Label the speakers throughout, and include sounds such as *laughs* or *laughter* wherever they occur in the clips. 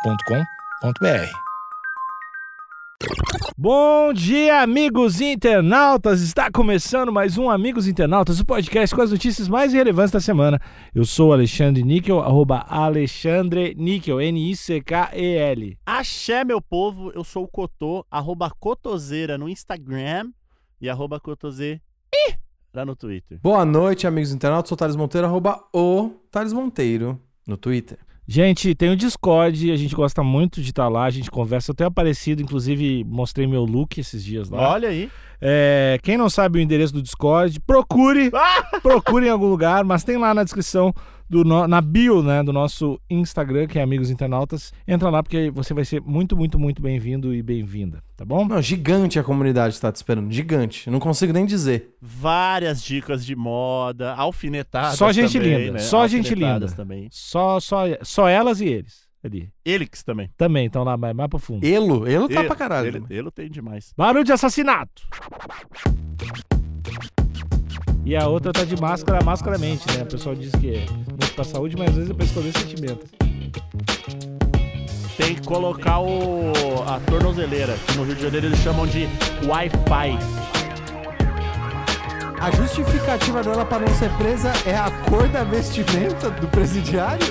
Speaker 1: agenciadepodcast.com.br.
Speaker 2: Bom dia, amigos internautas! Está começando mais um Amigos Internautas, o podcast com as notícias mais relevantes da semana. Eu sou Alexandre Níquel, arroba Alexandre Níquel, N-I-C-K-E-L.
Speaker 3: Axé, meu povo, eu sou o Cotô, arroba Cotoseira no Instagram e arroba Cotose Ih! lá no Twitter.
Speaker 4: Boa noite, amigos internautas. Sou o Thales Monteiro, arroba o Thales Monteiro no Twitter.
Speaker 2: Gente, tem o Discord, a gente gosta muito de estar lá, a gente conversa até aparecido, inclusive mostrei meu look esses dias lá.
Speaker 3: Olha aí.
Speaker 2: É, quem não sabe o endereço do Discord, procure, procure em algum lugar, mas tem lá na descrição do no- na bio, né, do nosso Instagram, que é Amigos Internautas. Entra lá porque você vai ser muito, muito, muito bem-vindo e bem-vinda, tá bom?
Speaker 4: Não, gigante a comunidade está te esperando. Gigante. Eu não consigo nem dizer.
Speaker 3: Várias dicas de moda, alfinetadas
Speaker 2: Só gente
Speaker 3: também,
Speaker 2: linda,
Speaker 3: né?
Speaker 2: só gente
Speaker 3: Alfinetadas
Speaker 2: linda.
Speaker 3: também.
Speaker 2: Só só só elas e eles ali.
Speaker 3: Elix também.
Speaker 2: Também estão lá mais, mais pro fundo.
Speaker 4: Elo, Elo tá
Speaker 3: Ele-
Speaker 4: pra caralho.
Speaker 3: Ele, ele tem demais.
Speaker 2: Barulho de assassinato. E a outra tá de máscara, máscara mente, né? O pessoal diz que é muito pra saúde, mas às vezes é pra esconder sentimentos.
Speaker 3: Tem que colocar o, a tornozeleira, que no Rio de Janeiro eles chamam de Wi-Fi.
Speaker 4: A justificativa dela para não ser presa é a cor da vestimenta do presidiário?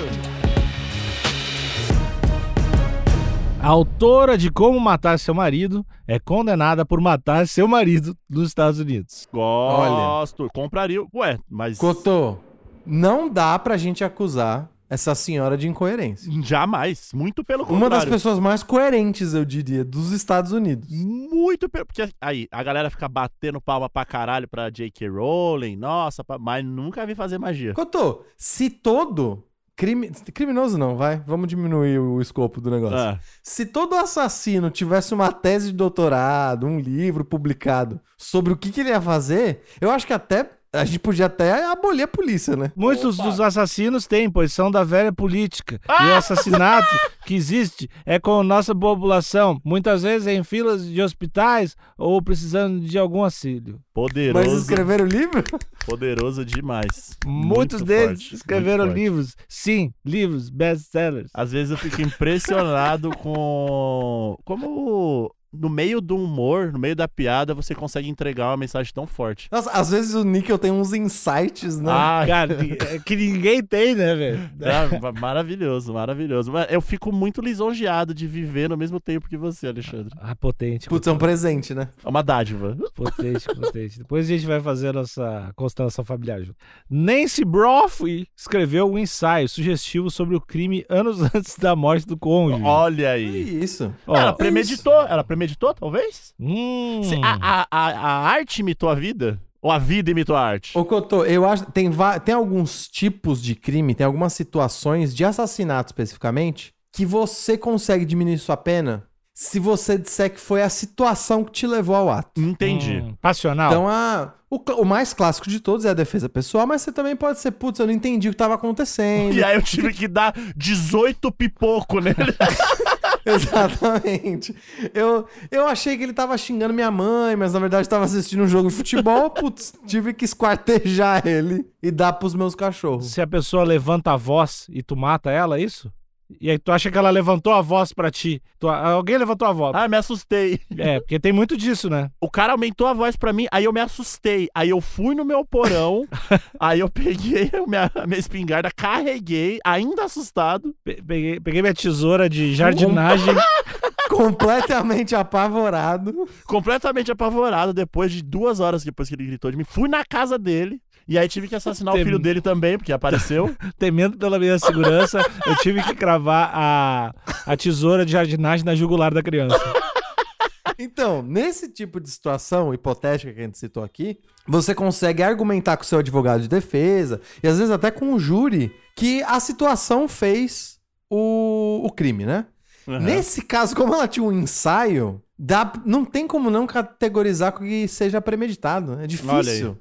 Speaker 2: A autora de Como Matar Seu Marido é condenada por matar seu marido nos Estados Unidos.
Speaker 3: Gosto. Compraria. Ué, mas
Speaker 4: Cotô, não dá pra gente acusar essa senhora de incoerência.
Speaker 3: jamais. Muito pelo contrário.
Speaker 4: Uma das pessoas mais coerentes, eu diria, dos Estados Unidos.
Speaker 3: Muito pelo. Porque aí, a galera fica batendo palma pra caralho pra J.K. Rowling, nossa, pa- mas nunca vi fazer magia.
Speaker 4: Cotô, se todo. Crime... Criminoso não, vai. Vamos diminuir o escopo do negócio.
Speaker 3: Ah,
Speaker 4: Se todo assassino tivesse uma tese de doutorado, um livro publicado sobre o que, que ele ia fazer, eu acho que até a gente podia até abolir a polícia, né?
Speaker 2: Muitos
Speaker 3: Opa. Ah!
Speaker 2: dos assassinos têm posição da velha política. E o assassinato que existe é com nossa população, muitas vezes em filas de hospitais ou precisando de algum auxílio.
Speaker 3: poderoso.
Speaker 4: Mas escreveram o livro? *laughs*
Speaker 3: Poderoso demais.
Speaker 2: Muitos
Speaker 3: Muito
Speaker 2: deles
Speaker 3: forte,
Speaker 2: escreveram
Speaker 3: muito forte.
Speaker 2: livros. Sim, livros, best-sellers.
Speaker 3: Às vezes eu fico impressionado
Speaker 2: *laughs*
Speaker 3: com. Como no meio do humor, no meio da piada, você consegue entregar uma mensagem tão forte.
Speaker 4: Nossa, às vezes o Nickel tem uns insights, né?
Speaker 3: Ah,
Speaker 2: Cara, que- é que ninguém tem, né,
Speaker 3: *laughs*
Speaker 2: velho?
Speaker 3: ah, ma- maravilhoso, maravilhoso. Mas Eu fico muito lisonjeado de viver no mesmo tempo que você, Alexandre.
Speaker 2: Ah, potente.
Speaker 4: Putz, é um presente, né?
Speaker 3: É uma dádiva.
Speaker 2: Potente, potente. Depois a gente vai fazer a nossa constelação familiar junto. Nancy Brophy escreveu um ensaio sugestivo sobre o crime anos *laughs* antes da morte do cônjuge.
Speaker 3: Olha
Speaker 4: Que
Speaker 3: aí.
Speaker 4: isso?
Speaker 2: Ó,
Speaker 3: ela premeditou? Ela premeditou, talvez?
Speaker 2: hum,
Speaker 3: Se- A, a- a- a arte imitou a vida? Ou a vida imitou a arte?
Speaker 4: Ô, Cotô, eu acho. Tem, va- tem alguns tipos de crime, tem algumas situações de assassinato especificamente, que você consegue diminuir sua pena se você disser que foi a situação que te levou ao ato.
Speaker 3: Entendi.
Speaker 2: hum, passional.
Speaker 4: Então, a, o, cl- o mais clássico de todos é a defesa pessoal, mas você também pode ser, putz, eu não entendi o que tava
Speaker 2: Hum.
Speaker 4: acontecendo. *laughs*
Speaker 3: E *laughs* aí eu tive que dar 18 pipoco nele.
Speaker 4: Exatamente. Eu, eu achei que ele tava xingando minha mãe, mas na verdade tava assistindo um jogo de futebol, *laughs* putz, tive que esquartejar ele e dar pros meus cachorros.
Speaker 2: Se a pessoa levanta a voz e tu mata ela, é isso? E aí tu acha que ela levantou a voz pra ti. Tu- alguém levantou a voz.
Speaker 3: *laughs* ah, me assustei.
Speaker 2: É, porque tem muito disso, né?
Speaker 3: O cara aumentou a voz pra mim, aí eu me assustei. Aí eu fui no meu *laughs* porão, aí eu peguei a minha, a minha espingarda, carreguei, ainda assustado.
Speaker 2: Pe- Peguei, peguei minha tesoura de jardinagem.
Speaker 4: Completamente apavorado.
Speaker 3: Completamente apavorado, depois de duas horas depois que ele gritou de mim. Fui na casa dele, e aí tive que assassinar o
Speaker 2: Tem-
Speaker 3: filho dele também,
Speaker 2: *laughs*
Speaker 3: porque apareceu.
Speaker 2: temendo pela minha segurança, eu tive que cravar a, a tesoura de jardinagem na jugular da criança.
Speaker 4: Então, nesse tipo de situação hipotética que a gente citou aqui, você consegue argumentar com o seu advogado de defesa e às vezes até com o júri que a situação fez o, o crime, né? Nesse caso, como ela tinha um ensaio, dá, não tem como não categorizar com que seja premeditado. É
Speaker 3: Olha
Speaker 4: difícil.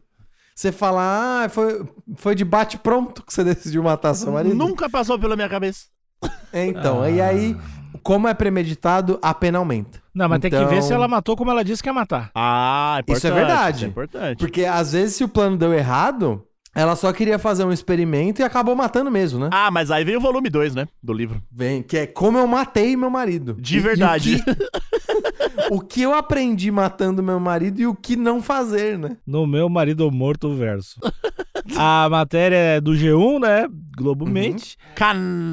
Speaker 4: Você falar, ah, foi, foi de bate-pronto que você *laughs* decidiu matar seu marido.
Speaker 3: Nunca passou pela minha cabeça.
Speaker 4: É, Então, e aí, como é premeditado, a pena aumenta.
Speaker 2: Não, mas tem que ver
Speaker 4: Então-
Speaker 2: se ela matou como ela disse que ia matar.
Speaker 3: Ah,
Speaker 4: Isso é
Speaker 3: importante,
Speaker 4: verdade.
Speaker 3: Isso é importante.
Speaker 4: Porque às vezes, se o plano deu errado, Ela só queria fazer um experimento e acabou matando mesmo, né?
Speaker 3: Ah, mas aí veio o volume 2, né? Do livro.
Speaker 4: Vem, que é como eu matei meu marido.
Speaker 3: De
Speaker 4: E- e o
Speaker 3: verdade.
Speaker 4: que- o que eu aprendi matando meu marido e o que não fazer, né?
Speaker 2: No meu marido morto verso. A matéria é do G1, né?
Speaker 4: Uhum.
Speaker 2: Globomente.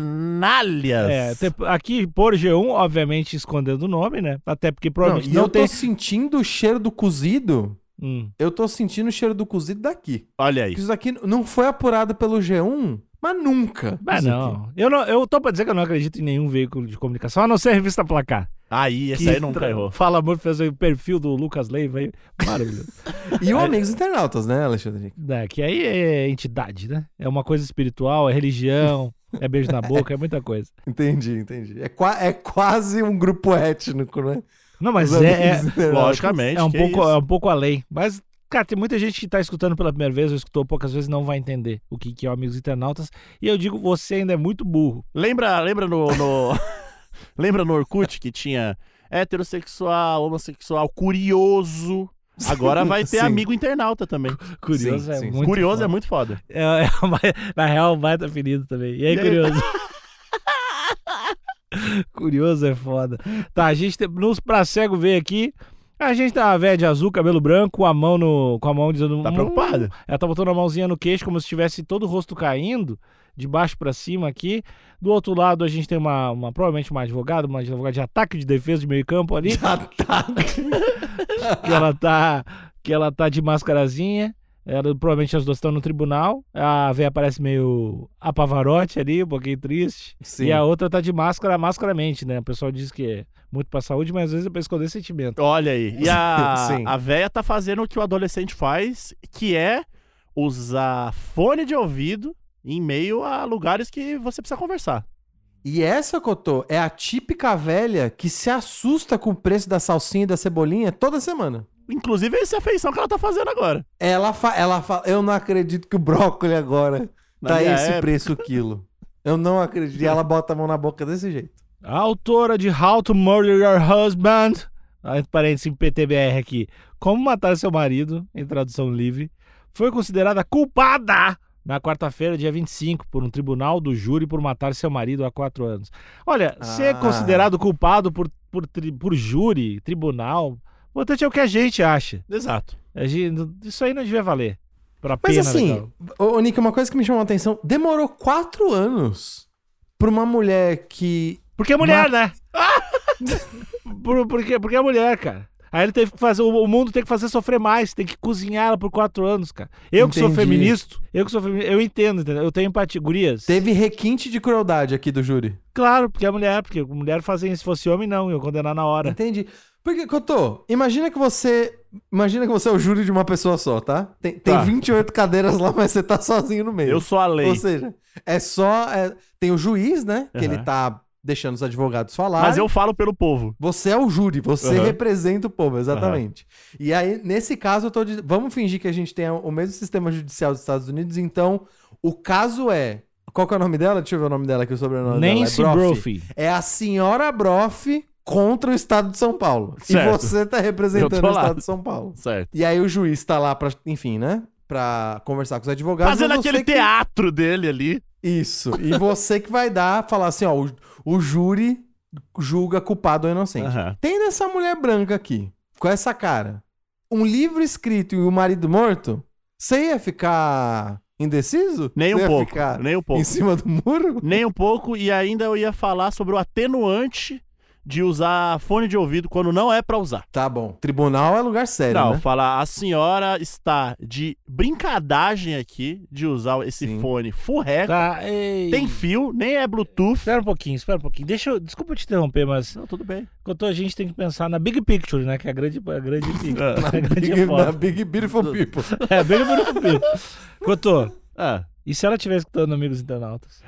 Speaker 3: Canalhas.
Speaker 2: É, te- aqui por G1, obviamente escondendo o nome, né? Até porque
Speaker 4: Não,
Speaker 2: provavelmente
Speaker 4: e
Speaker 2: não,
Speaker 4: eu
Speaker 2: tem.
Speaker 4: tô sentindo o cheiro do cozido.
Speaker 2: Hum.
Speaker 4: Eu tô sentindo o cheiro do cozido daqui.
Speaker 3: Olha aí.
Speaker 4: Porque isso daqui não foi apurado pelo G1, mas nunca.
Speaker 2: Mas
Speaker 4: Isso aqui.
Speaker 2: não. Eu não. Eu tô pra dizer que eu não acredito em nenhum veículo de comunicação, a não ser a revista Placar.
Speaker 3: Aí, esse
Speaker 2: que
Speaker 3: aí nunca
Speaker 2: tra-
Speaker 3: errou.
Speaker 2: Fala amor, fez o perfil do Lucas Leiva aí. Maravilhoso.
Speaker 4: E o Amigos Internautas, né, Alexandre?
Speaker 2: é, que aí é entidade, né? É uma coisa espiritual, é
Speaker 4: *laughs*
Speaker 2: religião, é beijo na boca, é muita coisa.
Speaker 4: Entendi, entendi. É, qua- é quase um grupo étnico, né?
Speaker 2: Não, mas
Speaker 4: Os
Speaker 2: é- é,
Speaker 4: Amigos Internautas.
Speaker 3: Logicamente.
Speaker 2: É um,
Speaker 3: que
Speaker 2: pouco,
Speaker 3: isso.
Speaker 2: é um pouco além. Mas, cara, tem muita gente que tá escutando pela primeira vez, ou escutou poucas vezes, não vai entender o que, que é o Amigos Internautas. E eu digo, você ainda é muito burro.
Speaker 3: Lembra, lembra no. no- *laughs* lembra no Orkut que tinha heterossexual, homossexual, curioso. Agora vai ter
Speaker 4: Sim.
Speaker 3: amigo internauta também.
Speaker 2: Curioso
Speaker 4: Sim,
Speaker 2: é
Speaker 4: sim, sim.
Speaker 2: muito.
Speaker 3: curioso é
Speaker 2: foda.
Speaker 3: muito foda.
Speaker 2: É- é uma- na real, um baita apelido também. E aí,
Speaker 3: E aí?
Speaker 2: curioso? curioso é foda. Tá, a gente tem, nos pra cego ver aqui. A gente tá velha de azul, cabelo branco, a mão no. Com a mão dizendo.
Speaker 3: Tá
Speaker 2: "Hum".
Speaker 3: preocupado?
Speaker 2: Ela tá botando a mãozinha no queixo, como se tivesse todo o rosto caindo, de baixo pra cima aqui. Do outro lado, a gente tem uma, uma- provavelmente uma advogada, uma advogada de ataque de defesa de meio campo ali,
Speaker 4: Já tá.
Speaker 2: que ela tá, que ela tá de mascarazinha. Ela, provavelmente as duas estão no tribunal. A véia parece meio a Pavarotti ali, um pouquinho triste.
Speaker 4: Sim.
Speaker 2: E a outra tá de máscara, mascaramente, né? O pessoal diz que é muito pra saúde, mas às vezes é pra esconder sentimento.
Speaker 3: Olha aí. E a,
Speaker 4: *laughs* Sim.
Speaker 3: a véia tá fazendo o que o adolescente faz, que é usar fone de ouvido em meio a lugares que você precisa conversar.
Speaker 4: E essa, Cotô, é a típica velha que se assusta com o preço da salsinha e da cebolinha toda semana.
Speaker 3: Inclusive, essa é a feição que ela tá fazendo agora.
Speaker 4: Ela fala, ela fala, eu não acredito que o brócolis agora
Speaker 3: Na
Speaker 4: tá
Speaker 3: minha
Speaker 4: esse
Speaker 3: época."
Speaker 4: preço o quilo. Eu não acredito. E ela bota a mão na boca desse jeito.
Speaker 2: A autora de How to Murder Your Husband, Ah, entre parênteses, PTBR aqui, Como Matar Seu Marido, em tradução livre, foi considerada culpada na quarta-feira, dia 25, por um tribunal do júri por matar seu marido há quatro anos. Olha, ser
Speaker 4: Ah.
Speaker 2: considerado culpado por, por, tri- por júri, tribunal, o importante é o que a gente acha.
Speaker 3: Exato.
Speaker 2: A gente- isso aí não devia valer. Pra
Speaker 4: Mas
Speaker 2: pena legal.
Speaker 4: assim, ô, ô, Nick, uma coisa que me chamou a atenção: demorou quatro anos pra uma mulher que.
Speaker 2: Porque é mulher, né? *laughs* Por- porque, porque é mulher, cara. Aí ele teve que fazer, o o mundo tem que fazer sofrer mais, tem que cozinhar ela por quatro anos, cara. Eu que sou
Speaker 4: Entendi.
Speaker 2: feminista, eu que sou feminista, eu entendo, entendeu? Eu tenho empatia. Gurias.
Speaker 4: Teve requinte de crueldade aqui do júri.
Speaker 2: Claro, porque é mulher, porque mulher fazem isso, se fosse homem, não, eu condenar na hora.
Speaker 4: *laughs* Entendi. Porque, Cotô, imagina que você. Imagina que você é o júri de uma pessoa só, tá? Tem, tem
Speaker 3: Tá.
Speaker 4: 28 cadeiras lá, mas você tá sozinho no meio.
Speaker 3: Eu sou a lei.
Speaker 4: Ou seja, é só. é- tem o juiz, né? Que
Speaker 3: Aham.
Speaker 4: ele tá deixando os advogados falar.
Speaker 3: Mas eu falo pelo povo.
Speaker 4: Você é o júri, você
Speaker 3: Aham.
Speaker 4: representa o povo, exatamente. E aí, nesse caso, eu tô de... vamos fingir que a gente tem o mesmo sistema judicial dos Estados Unidos, então o caso é. Qual que é o nome dela? Deixa eu ver o nome dela aqui, o sobrenome
Speaker 2: Nancy
Speaker 4: dela. É Brophy.
Speaker 2: Brophy.
Speaker 4: É a senhora Broff contra o estado de São Paulo. E
Speaker 3: Certo.
Speaker 4: você tá
Speaker 3: Eu
Speaker 4: representando
Speaker 3: tô
Speaker 4: o
Speaker 3: lá.
Speaker 4: estado de São Paulo.
Speaker 3: Certo.
Speaker 4: E aí o juiz tá lá pra, enfim, né? Pra conversar com os advogados.
Speaker 3: Fazendo
Speaker 4: mas você
Speaker 3: aquele
Speaker 4: que-
Speaker 3: teatro dele ali.
Speaker 4: Isso. E você que vai dar, falar assim, ó, o, o júri julga culpado ou inocente.
Speaker 3: Aham.
Speaker 4: Tendo essa mulher branca aqui, com essa cara, um livro escrito e o marido morto, você ia ficar indeciso?
Speaker 3: Nem
Speaker 4: Você
Speaker 3: um
Speaker 4: ia
Speaker 3: pouco.
Speaker 4: ficar
Speaker 3: Nem um
Speaker 4: em
Speaker 3: pouco.
Speaker 4: cima do muro?
Speaker 3: Nem um pouco. E ainda eu ia falar sobre o atenuante de usar fone de ouvido quando não é pra usar.
Speaker 4: Tá bom. Tribunal é lugar sério,
Speaker 3: não,
Speaker 4: né?
Speaker 3: falar, a senhora está de brincadagem aqui de usar esse
Speaker 4: Sim.
Speaker 3: fone furreco.
Speaker 2: Tá, ei.
Speaker 3: Tem fio, nem é Bluetooth.
Speaker 2: Espera um pouquinho, espera um pouquinho. Deixa eu. Desculpa te interromper, mas
Speaker 3: Não, tudo bem.
Speaker 2: quanto a gente tem que pensar na big picture, né? Que é a grande, a *laughs* grande,
Speaker 3: Ah.
Speaker 2: a grande
Speaker 4: Big, na
Speaker 2: foto.
Speaker 4: Big Beautiful People.
Speaker 3: Tá.
Speaker 2: É, bem bonito. mesmo. Cotô,
Speaker 4: É.
Speaker 3: Ah.
Speaker 2: E se ela estiver escutando Amigos Internautas?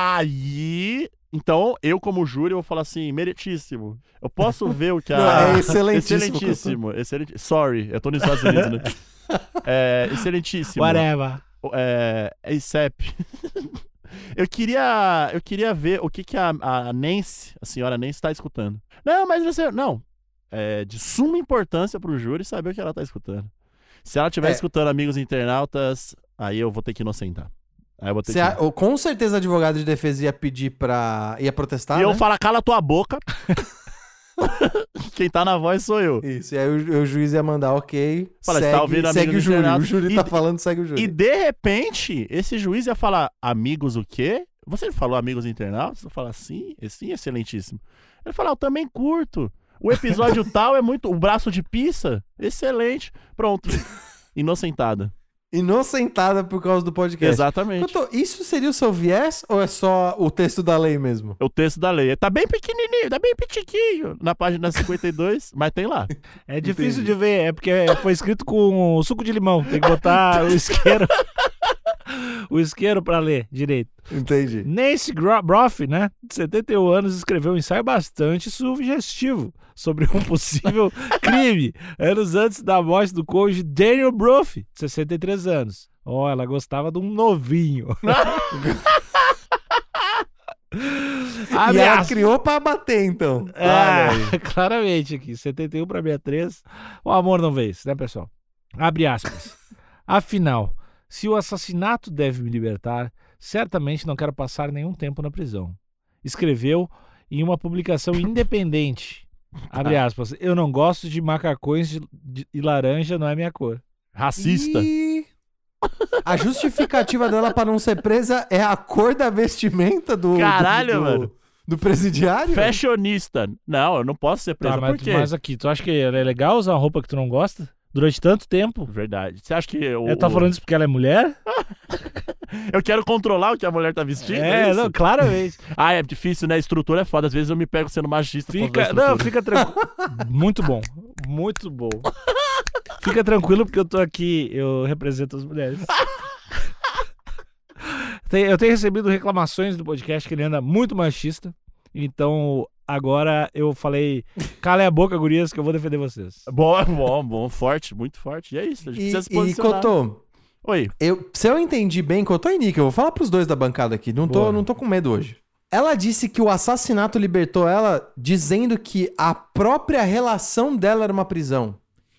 Speaker 3: Aí. Então, eu, como júri, eu vou falar assim, meritíssimo. Eu posso ver o que
Speaker 4: *laughs*
Speaker 3: a. *laughs*
Speaker 4: Não, é excelentíssimo.
Speaker 3: Excelentíssimo. excelenti- Sorry, eu tô nos Estados Unidos,
Speaker 4: *laughs*
Speaker 3: né? É, excelentíssimo.
Speaker 2: Whatever.
Speaker 3: É, ASAP. *laughs* Eu queria, eu queria ver o que, que a, a Nancy, a senhora Nancy, tá escutando. Não, mas você. Não. É de suma importância pro júri saber o que ela tá escutando. Se ela estiver
Speaker 4: É.
Speaker 3: escutando amigos internautas, aí eu vou ter que inocentar. Aí eu vou ter
Speaker 4: Você
Speaker 3: que...
Speaker 4: a- ou com certeza o advogado de defesa ia pedir pra. ia protestar.
Speaker 3: e eu
Speaker 4: né?
Speaker 3: falo, cala tua boca. *laughs* Quem tá na voz sou eu.
Speaker 4: Isso, e aí o, ju- o juiz ia mandar, ok.
Speaker 3: Fala, você
Speaker 4: segue
Speaker 3: tá ouvindo
Speaker 4: segue
Speaker 3: Amigos
Speaker 4: o júri.
Speaker 3: Internautas?
Speaker 4: O júri
Speaker 3: E-
Speaker 4: tá falando, segue o júri.
Speaker 3: E de repente, esse juiz ia falar, amigos o quê? Você falou amigos internautas? Eu falo, sim, e sim, excelentíssimo. Ele fala, "Ah, eu também curto. O episódio
Speaker 2: *laughs*
Speaker 3: tal é muito... O braço de pizza? Excelente.
Speaker 2: *laughs*
Speaker 3: Pronto. Inocentada.
Speaker 4: Inocentada por causa do podcast.
Speaker 3: Exatamente.
Speaker 4: Couto, isso seria o seu viés ou é só o texto da lei mesmo?
Speaker 3: É o texto da lei. Tá bem pequenininho, tá bem pitiquinho. Na página 52, mas tem lá.
Speaker 2: É difícil de ver, é porque foi escrito com um suco de limão. Tem que botar o isqueiro. o isqueiro pra ler direito.
Speaker 4: Entendi.
Speaker 2: Nancy Gro- Broff, né, de 71 anos, escreveu um ensaio bastante sugestivo sobre um possível crime, anos antes da morte do cônjuge Daniel Broff, de 63 anos. Oh, ela gostava de um novinho. *laughs*
Speaker 4: e ela
Speaker 2: Ameaça.
Speaker 4: criou pra bater, então. Olha aí.
Speaker 2: É, claramente aqui, 71 para 63. é O amor não vence, né, pessoal? Abre aspas. Afinal, se o assassinato deve me libertar, certamente não quero passar nenhum tempo na prisão. Escreveu em uma publicação independente.
Speaker 3: *laughs*
Speaker 2: Abre aspas. Eu não gosto de macacões de- de- e laranja não é minha cor.
Speaker 3: Racista.
Speaker 4: E... A justificativa dela pra não ser presa é a cor da vestimenta do. do-
Speaker 3: Caralho,
Speaker 4: do-
Speaker 3: mano.
Speaker 4: Do presidiário?
Speaker 3: Fashionista. Não, eu não posso ser preso.
Speaker 2: Tá, mas,
Speaker 3: Por quê?
Speaker 2: mas aqui, tu acha que é legal usar uma roupa que tu não gosta? Durante tanto tempo?
Speaker 3: Verdade. Você acha que eu.
Speaker 2: Ela tá falando isso porque ela é mulher?
Speaker 3: Eu quero controlar o que a mulher tá vestindo?
Speaker 2: é,
Speaker 3: isso?
Speaker 2: não, claramente.
Speaker 3: Ah, é difícil, né? Estrutura é foda. Às vezes eu me pego sendo machista. por
Speaker 2: Fica,
Speaker 3: causa da
Speaker 2: não, fica
Speaker 3: estrutura.
Speaker 2: tranquilo. *laughs* muito bom, muito bom. Fica tranquilo porque eu tô aqui, eu represento as mulheres. *laughs* Tem- eu tenho recebido reclamações do podcast que ele anda muito machista. Então agora eu falei, calem a boca, gurias, que eu vou defender vocês.
Speaker 3: Bom, *laughs* bom, bom. Forte, muito forte. E é isso. A gente
Speaker 4: E,
Speaker 3: precisa se
Speaker 4: e
Speaker 3: posicionar.
Speaker 4: Cotô,
Speaker 3: Oi.
Speaker 4: Eu, se eu entendi bem, Cotô e Nick, eu vou falar pros dois da bancada aqui. Não tô,
Speaker 2: Boa.
Speaker 4: não tô com medo hoje. Ela disse que o assassinato libertou ela, dizendo que a própria relação dela era uma prisão.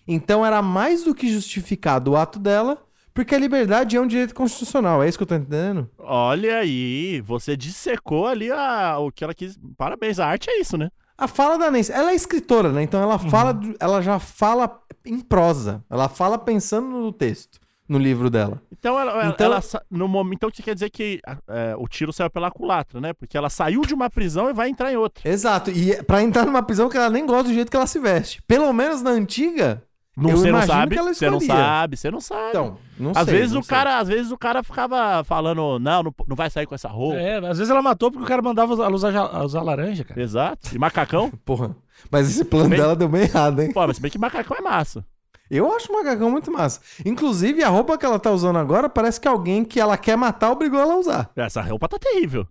Speaker 4: Então era mais do que justificado o ato dela, porque a liberdade é um direito constitucional. É isso que eu tô entendendo?
Speaker 3: Olha aí. Você dissecou ali a... o que ela quis. Parabéns. A arte é isso, né?
Speaker 4: A fala da Nancy, ela é escritora, né? Então ela
Speaker 3: Uhum.
Speaker 4: fala, do- ela já fala em prosa. Ela fala pensando no texto, no livro dela.
Speaker 3: Então, ela, ela-
Speaker 4: Então-
Speaker 3: ela sa- no momento, então você quer dizer que a- é, o tiro saiu pela culatra, né? Porque ela saiu de uma prisão e vai entrar em outra.
Speaker 4: Exato. E é pra entrar numa prisão que ela nem gosta do jeito que ela se veste. Pelo menos na antiga, Eu
Speaker 3: você não
Speaker 4: imagino
Speaker 3: sabe,
Speaker 4: que ela
Speaker 3: você não
Speaker 4: escolhia.
Speaker 3: sabe, você não sabe.
Speaker 4: Então, não
Speaker 3: às
Speaker 4: sei,
Speaker 3: vezes
Speaker 4: não
Speaker 3: o
Speaker 4: sei.
Speaker 3: cara, às vezes o cara ficava falando, não, não, não vai sair com essa roupa.
Speaker 2: É, às vezes ela matou porque o cara mandava ela usar, ja- usar laranja,
Speaker 4: É.
Speaker 3: É.
Speaker 2: cara.
Speaker 3: Exato. E macacão?
Speaker 4: Porra. Mas esse plano
Speaker 3: Bem-
Speaker 4: dela deu bem errado, hein?
Speaker 3: Pô, mas se bem que macacão é massa.
Speaker 4: Eu acho o macacão muito massa. Inclusive, a roupa que ela tá usando agora parece que alguém que ela quer matar obrigou ela a usar.
Speaker 3: Essa roupa tá
Speaker 4: *laughs*
Speaker 3: terrível.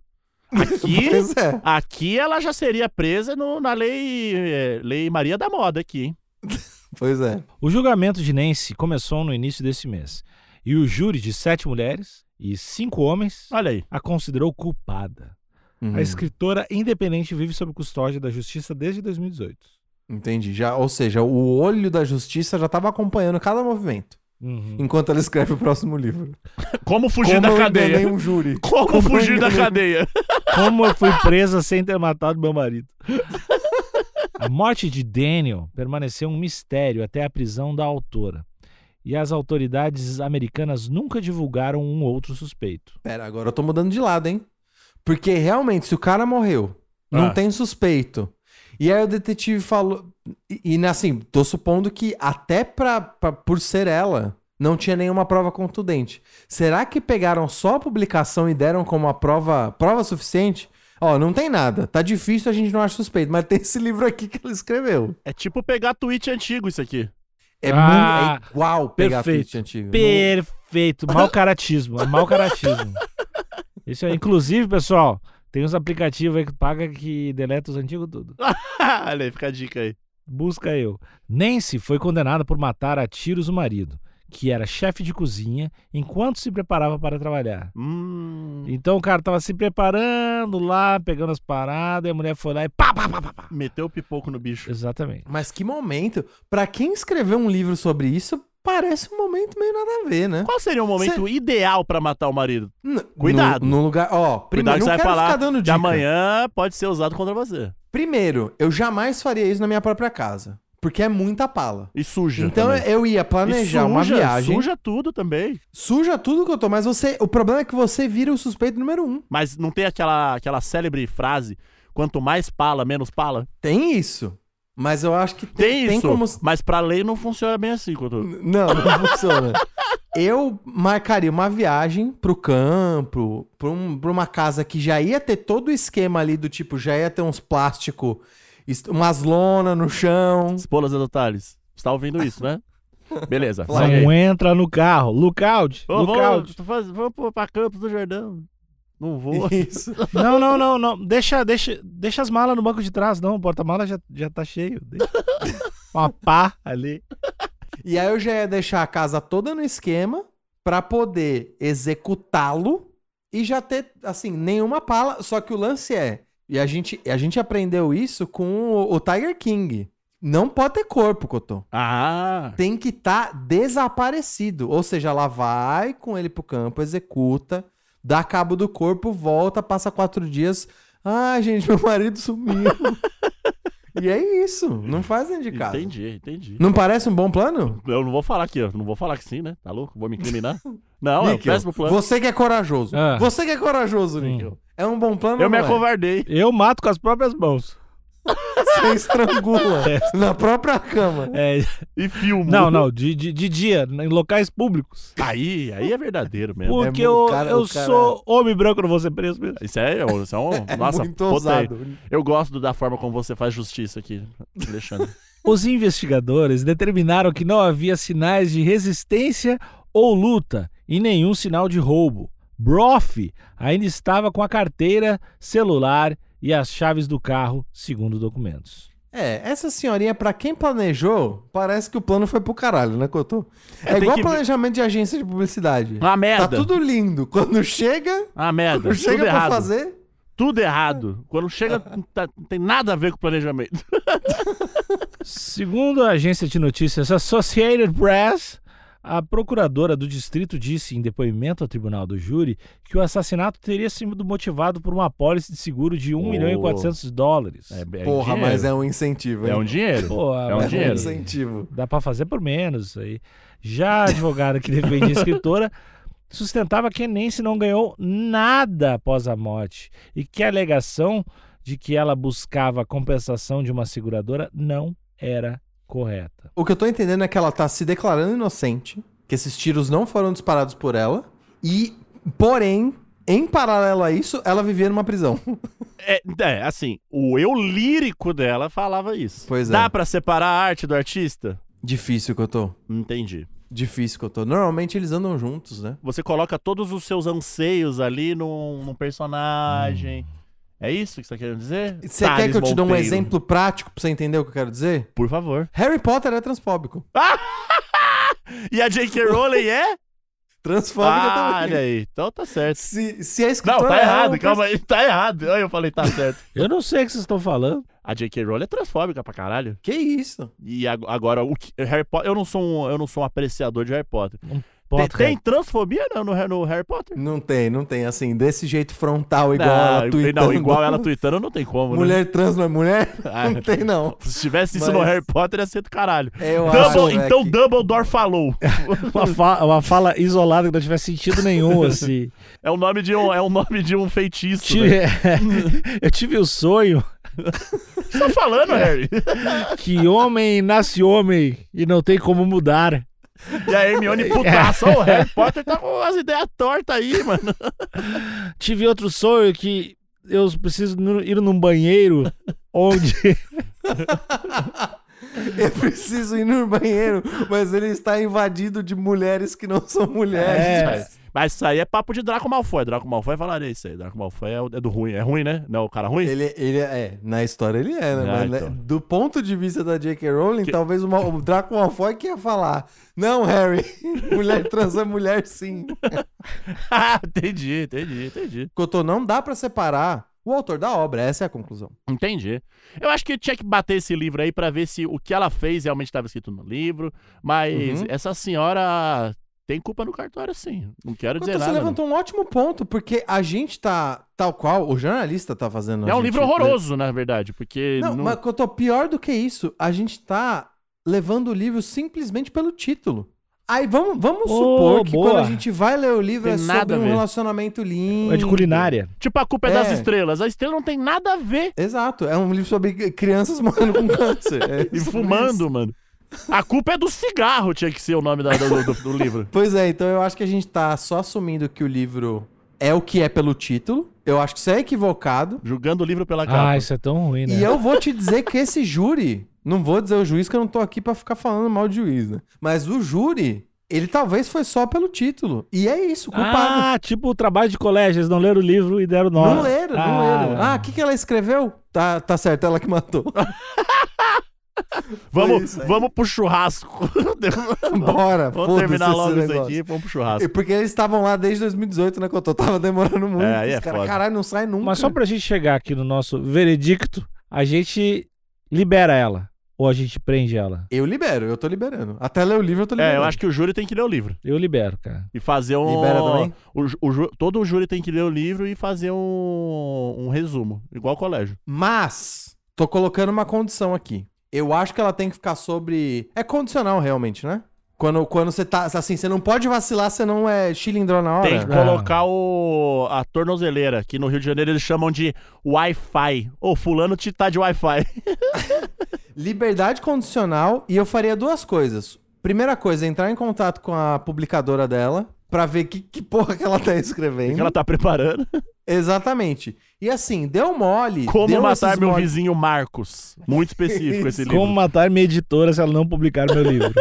Speaker 3: Aqui,
Speaker 4: Pois é.
Speaker 3: aqui ela já seria presa no- na lei, é, lei Maria da Moda aqui, hein?
Speaker 4: Pois é.
Speaker 2: O julgamento de Nancy começou no início desse mês. E o júri de sete mulheres e cinco homens
Speaker 3: Olha aí.
Speaker 2: a considerou culpada.
Speaker 4: Hum. Uhum.
Speaker 2: A escritora independente vive sob custódia da justiça desde 2018.
Speaker 4: Entendi. Já, ou seja, o olho da justiça já tava acompanhando cada movimento. Enquanto ela escreve o próximo livro.
Speaker 3: Como fugir
Speaker 4: Como
Speaker 3: da
Speaker 4: eu
Speaker 3: cadeia?
Speaker 4: enganei um júri.
Speaker 3: *laughs* Como,
Speaker 4: Como eu
Speaker 3: fugir da
Speaker 4: enganei-
Speaker 3: cadeia?
Speaker 2: Como eu fui presa sem ter matado meu marido. A morte de Daniel permaneceu um mistério até a prisão da autora. E as autoridades americanas nunca divulgaram um outro suspeito.
Speaker 4: Pera, agora eu tô mudando de lado, hein? Porque realmente, se o cara morreu, não
Speaker 3: Ah.
Speaker 4: tem suspeito. E aí o detetive falou. E, e, assim, tô supondo que até pra, pra- por ser ela, não tinha nenhuma prova contundente. Será que pegaram só a publicação e deram como uma prova, prova suficiente? Ó, não tem nada. Tá difícil, a gente não acha suspeito. Mas tem esse livro aqui que ela escreveu.
Speaker 3: É tipo pegar tweet antigo isso aqui. *laughs*
Speaker 4: É,
Speaker 2: Ah,
Speaker 4: muito, é igual pegar
Speaker 2: perfeito.
Speaker 4: tweet antigo.
Speaker 2: Perfeito, mau caratismo, é mau caratismo. Isso aí. Inclusive, pessoal, tem uns aplicativos aí que paga que deleta os antigos tudo.
Speaker 3: Olha aí, fica a dica aí.
Speaker 2: Busca eu. Nancy foi condenada por matar a tiros o marido, que era chefe de cozinha, enquanto se preparava para trabalhar.
Speaker 3: Hum,
Speaker 2: Então o cara tava se preparando lá, pegando as paradas, e a mulher foi lá e pá, pá, pá, pá,
Speaker 4: Ah.
Speaker 2: pá.
Speaker 3: meteu o pipoco no bicho.
Speaker 2: Exatamente.
Speaker 4: Mas que momento! Pra quem escreveu um livro sobre isso, parece um momento meio nada a ver, né?
Speaker 3: Qual seria o momento ideal pra matar o marido?
Speaker 4: N-
Speaker 3: Cuidado.
Speaker 4: No, no lugar, ó,
Speaker 3: Cuidado
Speaker 4: primeiro,
Speaker 3: que você
Speaker 4: não
Speaker 3: vai
Speaker 4: quero
Speaker 3: falar
Speaker 4: ficar dando
Speaker 3: que
Speaker 4: dica.
Speaker 3: amanhã pode ser usado contra você.
Speaker 4: Primeiro, eu jamais faria isso na minha própria casa, porque é muita pala.
Speaker 3: E suja.
Speaker 4: Então
Speaker 3: também.
Speaker 4: eu ia
Speaker 3: E
Speaker 4: planejar uma
Speaker 3: suja,
Speaker 4: viagem, suja.
Speaker 3: Suja tudo também.
Speaker 4: tudo que eu tô, mas você, o problema é que você vira o suspeito número um.
Speaker 3: Mas não tem aquela, aquela célebre frase: quanto mais pala, menos pala?
Speaker 4: Tem isso. Mas eu acho que
Speaker 3: Tem,
Speaker 4: tem,
Speaker 3: isso.
Speaker 4: como
Speaker 3: Mas pra lei não funciona bem assim, Couto.
Speaker 4: N- Não, não funciona. Eu marcaria uma viagem pro campo, pra, um- pra uma casa que já ia ter todo o esquema ali do tipo, já ia ter uns plásticos, umas lona no chão.
Speaker 3: Espolas do Thales. Você tá ouvindo isso,
Speaker 4: *laughs*
Speaker 3: né? Beleza.
Speaker 2: Não
Speaker 3: segue aí.
Speaker 2: entra no carro. Lookout.
Speaker 3: Ô,
Speaker 2: lookout.
Speaker 3: vamos, tô faz- vamos pro- pra Campos do Jordão. Não vou.
Speaker 4: Isso.
Speaker 2: Não, não, não, não. Deixa, deixa, deixa as malas no banco de trás, não. O porta-mala já, já tá cheio.
Speaker 3: *laughs*
Speaker 2: Deixa. Uma pá ali.
Speaker 4: E aí eu já ia deixar a casa toda no esquema pra poder executá-lo e já ter, assim, nenhuma pala. Só que o lance é, e a gente, a gente aprendeu isso com o, o Tiger King. Não pode ter corpo, Cotô.
Speaker 3: *laughs* Ah,
Speaker 4: tem que estar desaparecido. Ou seja, ela vai com ele pro campo, executa, dá cabo do corpo, volta, passa quatro dias. Ah, gente, *laughs* meu
Speaker 3: *laughs*
Speaker 4: marido sumiu. e é isso. Não fazem de casa.
Speaker 3: entendi, entendi.
Speaker 4: Não parece um bom plano?
Speaker 3: Eu não vou falar aqui, eu não vou falar que sim, né? Tá louco? Vou me
Speaker 4: *laughs*
Speaker 3: incriminar? Não, é um
Speaker 4: Níquel,
Speaker 3: péssimo plano.
Speaker 4: Você que é corajoso.
Speaker 2: Ah.
Speaker 4: Você que é corajoso, Níquel. É um bom plano
Speaker 3: Eu me
Speaker 4: não é?
Speaker 3: acovardei.
Speaker 2: Eu mato com as próprias mãos.
Speaker 4: Você estrangula
Speaker 2: *laughs* É.
Speaker 4: na própria cama.
Speaker 2: É,
Speaker 3: E filmo.
Speaker 2: não, não. De, de, de dia, em locais públicos.
Speaker 3: Aí, aí é verdadeiro mesmo.
Speaker 2: Porque
Speaker 4: é,
Speaker 2: eu,
Speaker 4: o cara-
Speaker 2: eu
Speaker 4: o cara-
Speaker 2: sou homem branco, não vou ser preso mesmo.
Speaker 3: Isso é, isso é um.
Speaker 4: *laughs* É
Speaker 3: nossa,
Speaker 4: muito
Speaker 3: botei.
Speaker 4: ousado.
Speaker 3: Eu gosto do- da forma como você faz justiça aqui,
Speaker 4: *laughs*
Speaker 3: Alexandre.
Speaker 4: Tá
Speaker 2: Os investigadores determinaram que não havia sinais de resistência ou luta e nenhum sinal de roubo. Broff ainda estava com a carteira, celular e as chaves do carro, segundo documentos.
Speaker 4: É, essa senhorinha, pra quem planejou, parece que o plano foi pro caralho, né, Cotô?
Speaker 3: É,
Speaker 4: É,
Speaker 3: tem
Speaker 4: igual
Speaker 3: que-
Speaker 4: planejamento de agência de publicidade.
Speaker 3: Uma
Speaker 4: Tá
Speaker 3: merda.
Speaker 4: tudo lindo. Quando chega,
Speaker 3: Uma merda.
Speaker 4: quando *laughs* chega
Speaker 3: Tudo
Speaker 4: pra
Speaker 3: errado.
Speaker 4: fazer.
Speaker 3: Tudo errado. Quando chega, não tá- não tem nada a ver com o planejamento.
Speaker 2: Segundo a agência de notícias Associated Press, a procuradora do distrito disse em depoimento ao tribunal do júri que o assassinato teria sido motivado por uma apólice de seguro de 1 milhão e
Speaker 3: Oh.
Speaker 2: 400 dólares.
Speaker 4: Porra, mas é um incentivo, hein?
Speaker 3: É um dinheiro.
Speaker 2: Pô,
Speaker 3: é um
Speaker 2: mas-
Speaker 3: dinheiro.
Speaker 4: incentivo.
Speaker 2: Dá pra fazer por menos isso aí. Já a advogada que defende a escritora sustentava que Nancy não ganhou nada após a morte e que a alegação de que ela buscava a compensação de uma seguradora não era correta.
Speaker 4: O que eu tô entendendo é que ela tá se declarando inocente, que esses tiros não foram disparados por ela, e, porém, em paralelo a isso, ela vivia numa prisão. *laughs*
Speaker 3: É, é, assim, o eu lírico dela falava isso.
Speaker 4: Pois é.
Speaker 3: Dá pra separar a arte do artista?
Speaker 4: Difícil que eu tô.
Speaker 3: Entendi.
Speaker 4: Difícil que eu tô. Normalmente eles andam juntos, né?
Speaker 3: Você coloca todos os seus anseios ali num, num personagem. É isso que você tá querendo dizer?
Speaker 4: Você
Speaker 3: Thales
Speaker 4: quer que eu te dê um
Speaker 3: Monteiro.
Speaker 4: exemplo prático pra você entender o que eu quero dizer?
Speaker 3: Por favor.
Speaker 4: Harry Potter é transfóbico.
Speaker 3: E a J.K. Rowling é? *laughs*
Speaker 4: Transfóbico
Speaker 3: ah,
Speaker 4: também.
Speaker 3: olha aí. Então tá certo.
Speaker 4: Se, se a escritora...
Speaker 3: Não, tá
Speaker 4: é
Speaker 3: errado,
Speaker 4: um
Speaker 3: calma aí. Tá errado. Aí eu falei, tá certo.
Speaker 2: Eu não sei o que vocês estão falando.
Speaker 3: A J.K. Rowling é transfóbica pra caralho.
Speaker 4: Que isso?
Speaker 3: E ag- agora, o que- Harry Potter. Eu não sou um, eu não sou um apreciador de Harry Potter. Tem,
Speaker 2: Porra,
Speaker 3: tem transfobia não, no, no Harry Potter?
Speaker 4: Não tem, não tem. Assim, desse jeito frontal, igual
Speaker 3: Ah,
Speaker 4: ela tweetando.
Speaker 3: Não, igual ela tweetando, não tem como, né?
Speaker 4: Mulher trans não é mulher?
Speaker 3: *laughs* Ah.
Speaker 4: Não tem, não.
Speaker 3: Se tivesse isso no
Speaker 4: Mas-
Speaker 3: Harry Potter, ia ser do caralho.
Speaker 4: Eu
Speaker 3: Double,
Speaker 4: né,
Speaker 3: então
Speaker 4: que-
Speaker 3: Dumbledore falou.
Speaker 2: uma, fa- uma fala isolada que não tivesse sentido *laughs* nenhum, assim.
Speaker 3: É o nome de um, é o nome de um feitiço.
Speaker 2: Tive-
Speaker 3: Né?
Speaker 2: *laughs* eu tive o sonho
Speaker 3: O que você tá falando, Harry?
Speaker 2: que homem nasce homem e não tem como mudar.
Speaker 3: E a
Speaker 4: *laughs* É.
Speaker 3: Hermione putaça. O Harry Potter tá com as ideias tortas aí, mano.
Speaker 2: Tive outro sonho que eu preciso nu- ir num *laughs* banheiro onde.
Speaker 4: Eu preciso ir no banheiro, mas ele está invadido de mulheres que não são mulheres.
Speaker 2: É.
Speaker 3: Mas isso aí é papo de Draco Malfoy. Draco Malfoy falaria isso aí. Draco Malfoy é, o- é do ruim. É ruim, né? Não é o cara *laughs* ruim?
Speaker 4: Ele, ele é, na história ele é, né?
Speaker 3: Ah,
Speaker 4: mas, né,
Speaker 3: então.
Speaker 4: do ponto de vista da J.K. Rowling, talvez o, Mal- o Draco Malfoy que ia falar: Não, Harry, *laughs* mulher trans é mulher sim.
Speaker 3: Ah, entendi, entendi, entendi.
Speaker 4: Cotô, não dá pra separar o autor da obra. Essa é a conclusão.
Speaker 3: Entendi. Eu acho que tinha que bater esse livro aí pra ver se o que ela fez realmente estava escrito no livro. Mas
Speaker 4: Uhum.
Speaker 3: essa senhora tem culpa no cartório, sim. Não quero dizer
Speaker 4: Então, você
Speaker 3: nada.
Speaker 4: levantou um ótimo ponto, porque a gente tá, tal qual, o jornalista tá fazendo.
Speaker 3: não.
Speaker 4: a
Speaker 3: É um
Speaker 4: gente-
Speaker 3: livro horroroso, na verdade, porque
Speaker 4: Não,
Speaker 3: não-
Speaker 4: mas eu tô pior do que isso, a gente tá levando o livro simplesmente pelo título. Aí vamos, vamos
Speaker 2: Ô,
Speaker 4: supor que
Speaker 2: boa.
Speaker 4: quando a gente vai ler o livro
Speaker 3: Tem
Speaker 4: é
Speaker 3: nada
Speaker 4: sobre
Speaker 3: a
Speaker 4: um
Speaker 3: ver.
Speaker 4: relacionamento lindo.
Speaker 2: É de culinária.
Speaker 3: tipo a culpa é das
Speaker 4: É.
Speaker 3: estrelas. A estrela não tem nada a ver.
Speaker 4: Exato, é um livro sobre crianças *laughs* morrendo com câncer. É
Speaker 3: E
Speaker 4: sobre *laughs* isso.
Speaker 3: fumando, mano. A culpa é do cigarro, tinha que ser o nome da- do, do- do livro.
Speaker 4: Pois é, então eu acho que a gente tá só assumindo que o livro é o que é pelo título. Eu acho que isso é equivocado.
Speaker 3: Julgando o livro pela capa.
Speaker 2: Ah, isso é tão ruim, né?
Speaker 4: E eu vou te dizer que esse júri, não vou dizer o juiz que eu não tô aqui pra ficar falando mal de juiz, né? Mas o júri, ele talvez foi só pelo título. E é isso, culpado.
Speaker 2: Ah, tipo o trabalho de colégio, eles não leram o livro e deram nota.
Speaker 4: não leram, não leram. Ah, o que, que ela escreveu? Tá, tá certo, ela que matou. Foi
Speaker 3: Vamos,
Speaker 4: isso aí.
Speaker 3: vamos pro churrasco. *laughs* *laughs*
Speaker 4: Bora,
Speaker 3: vamos
Speaker 4: foda-se
Speaker 3: terminar
Speaker 4: esse
Speaker 3: logo isso
Speaker 4: negócio.
Speaker 3: aqui, vamos pro
Speaker 4: E
Speaker 3: churrasco.
Speaker 4: Porque eles estavam lá desde 2018, né? Quando eu tava demorando muito.
Speaker 3: É, aí é
Speaker 4: Os caras,
Speaker 3: foda.
Speaker 4: caralho, não sai nunca.
Speaker 2: Mas só pra gente chegar aqui no nosso veredicto, a gente libera ela. Ou a gente prende ela.
Speaker 4: Eu libero, eu tô liberando. Até ler o livro eu tô
Speaker 3: É,
Speaker 4: liberando.
Speaker 3: eu acho que o júri tem que ler o livro.
Speaker 2: Eu libero, cara.
Speaker 3: E fazer um.
Speaker 4: Libera também?
Speaker 3: O, ju- o ju- todo júri tem que ler o livro e fazer um, um resumo, igual ao colégio.
Speaker 4: Mas, tô colocando uma condição aqui. Eu acho que ela tem que ficar sobre. É condicional, realmente, né? Quando, quando você tá. Assim, você não pode vacilar, você não é chilindrão na hora.
Speaker 3: Tem que
Speaker 2: Ah.
Speaker 3: colocar o, a tornozeleira, que no Rio de Janeiro eles chamam de Wi-Fi. Ô, fulano te tá de Wi-Fi. *laughs*
Speaker 4: Liberdade condicional e eu faria duas coisas. Primeira coisa, é entrar em contato com a publicadora dela pra ver que, que porra que ela tá *laughs* escrevendo.
Speaker 3: que ela tá preparando.
Speaker 4: Exatamente. E assim, deu mole.
Speaker 3: Como
Speaker 4: deu
Speaker 3: matar
Speaker 4: esses
Speaker 3: meu
Speaker 4: mole-
Speaker 3: vizinho Marcos. Muito
Speaker 2: *laughs*
Speaker 3: específico esse livro.
Speaker 2: Como matar minha editora se ela não publicar
Speaker 4: *laughs*
Speaker 2: meu livro?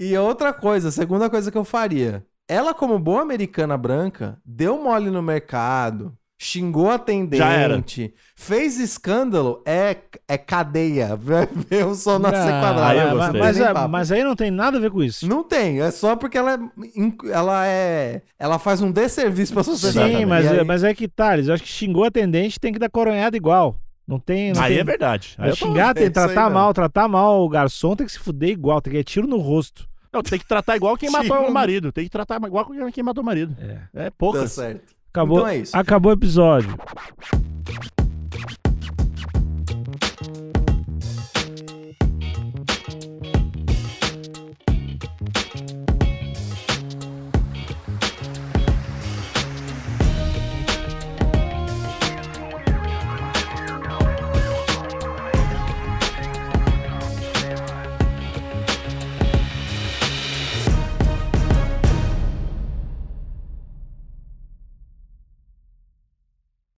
Speaker 4: E outra coisa, a segunda coisa que eu faria. Ela, como boa americana branca, deu mole no mercado, xingou a
Speaker 3: Já era.
Speaker 4: atendente, fez escândalo, é, é cadeia. *laughs* Vai ver o sol nascer
Speaker 2: Não,
Speaker 4: quadrado.
Speaker 3: aí eu
Speaker 2: mas-
Speaker 3: gostei.
Speaker 2: mas,
Speaker 4: Nem
Speaker 2: é-
Speaker 4: papo.
Speaker 2: mas aí não tem nada a ver com isso.
Speaker 4: Não tem, é só porque ela é. inc- Ela, é, ela faz um desserviço pra sociedade.
Speaker 2: Sim,
Speaker 3: Exatamente.
Speaker 2: mas,
Speaker 4: E aí-
Speaker 2: mas é que tá, eles acho que xingou a tendente, tem que dar coronhada igual. Não tem. Não
Speaker 3: Aí
Speaker 2: tem...
Speaker 3: é verdade. Aí
Speaker 2: É
Speaker 3: eu tô-
Speaker 2: xingar, tem
Speaker 4: é
Speaker 2: que
Speaker 4: isso aí
Speaker 2: tratar
Speaker 4: mesmo.
Speaker 2: mal, tratar mal o garçom, tem que se fuder igual, tem que é tiro no rosto.
Speaker 3: Não, tem que tratar igual quem matou
Speaker 4: Xinga.
Speaker 3: o marido. Tem que tratar igual quem matou o marido.
Speaker 2: É.
Speaker 3: É
Speaker 4: Tá
Speaker 3: poucas.
Speaker 4: certo.
Speaker 2: Acabou,
Speaker 4: Então é isso.
Speaker 2: acabou o episódio.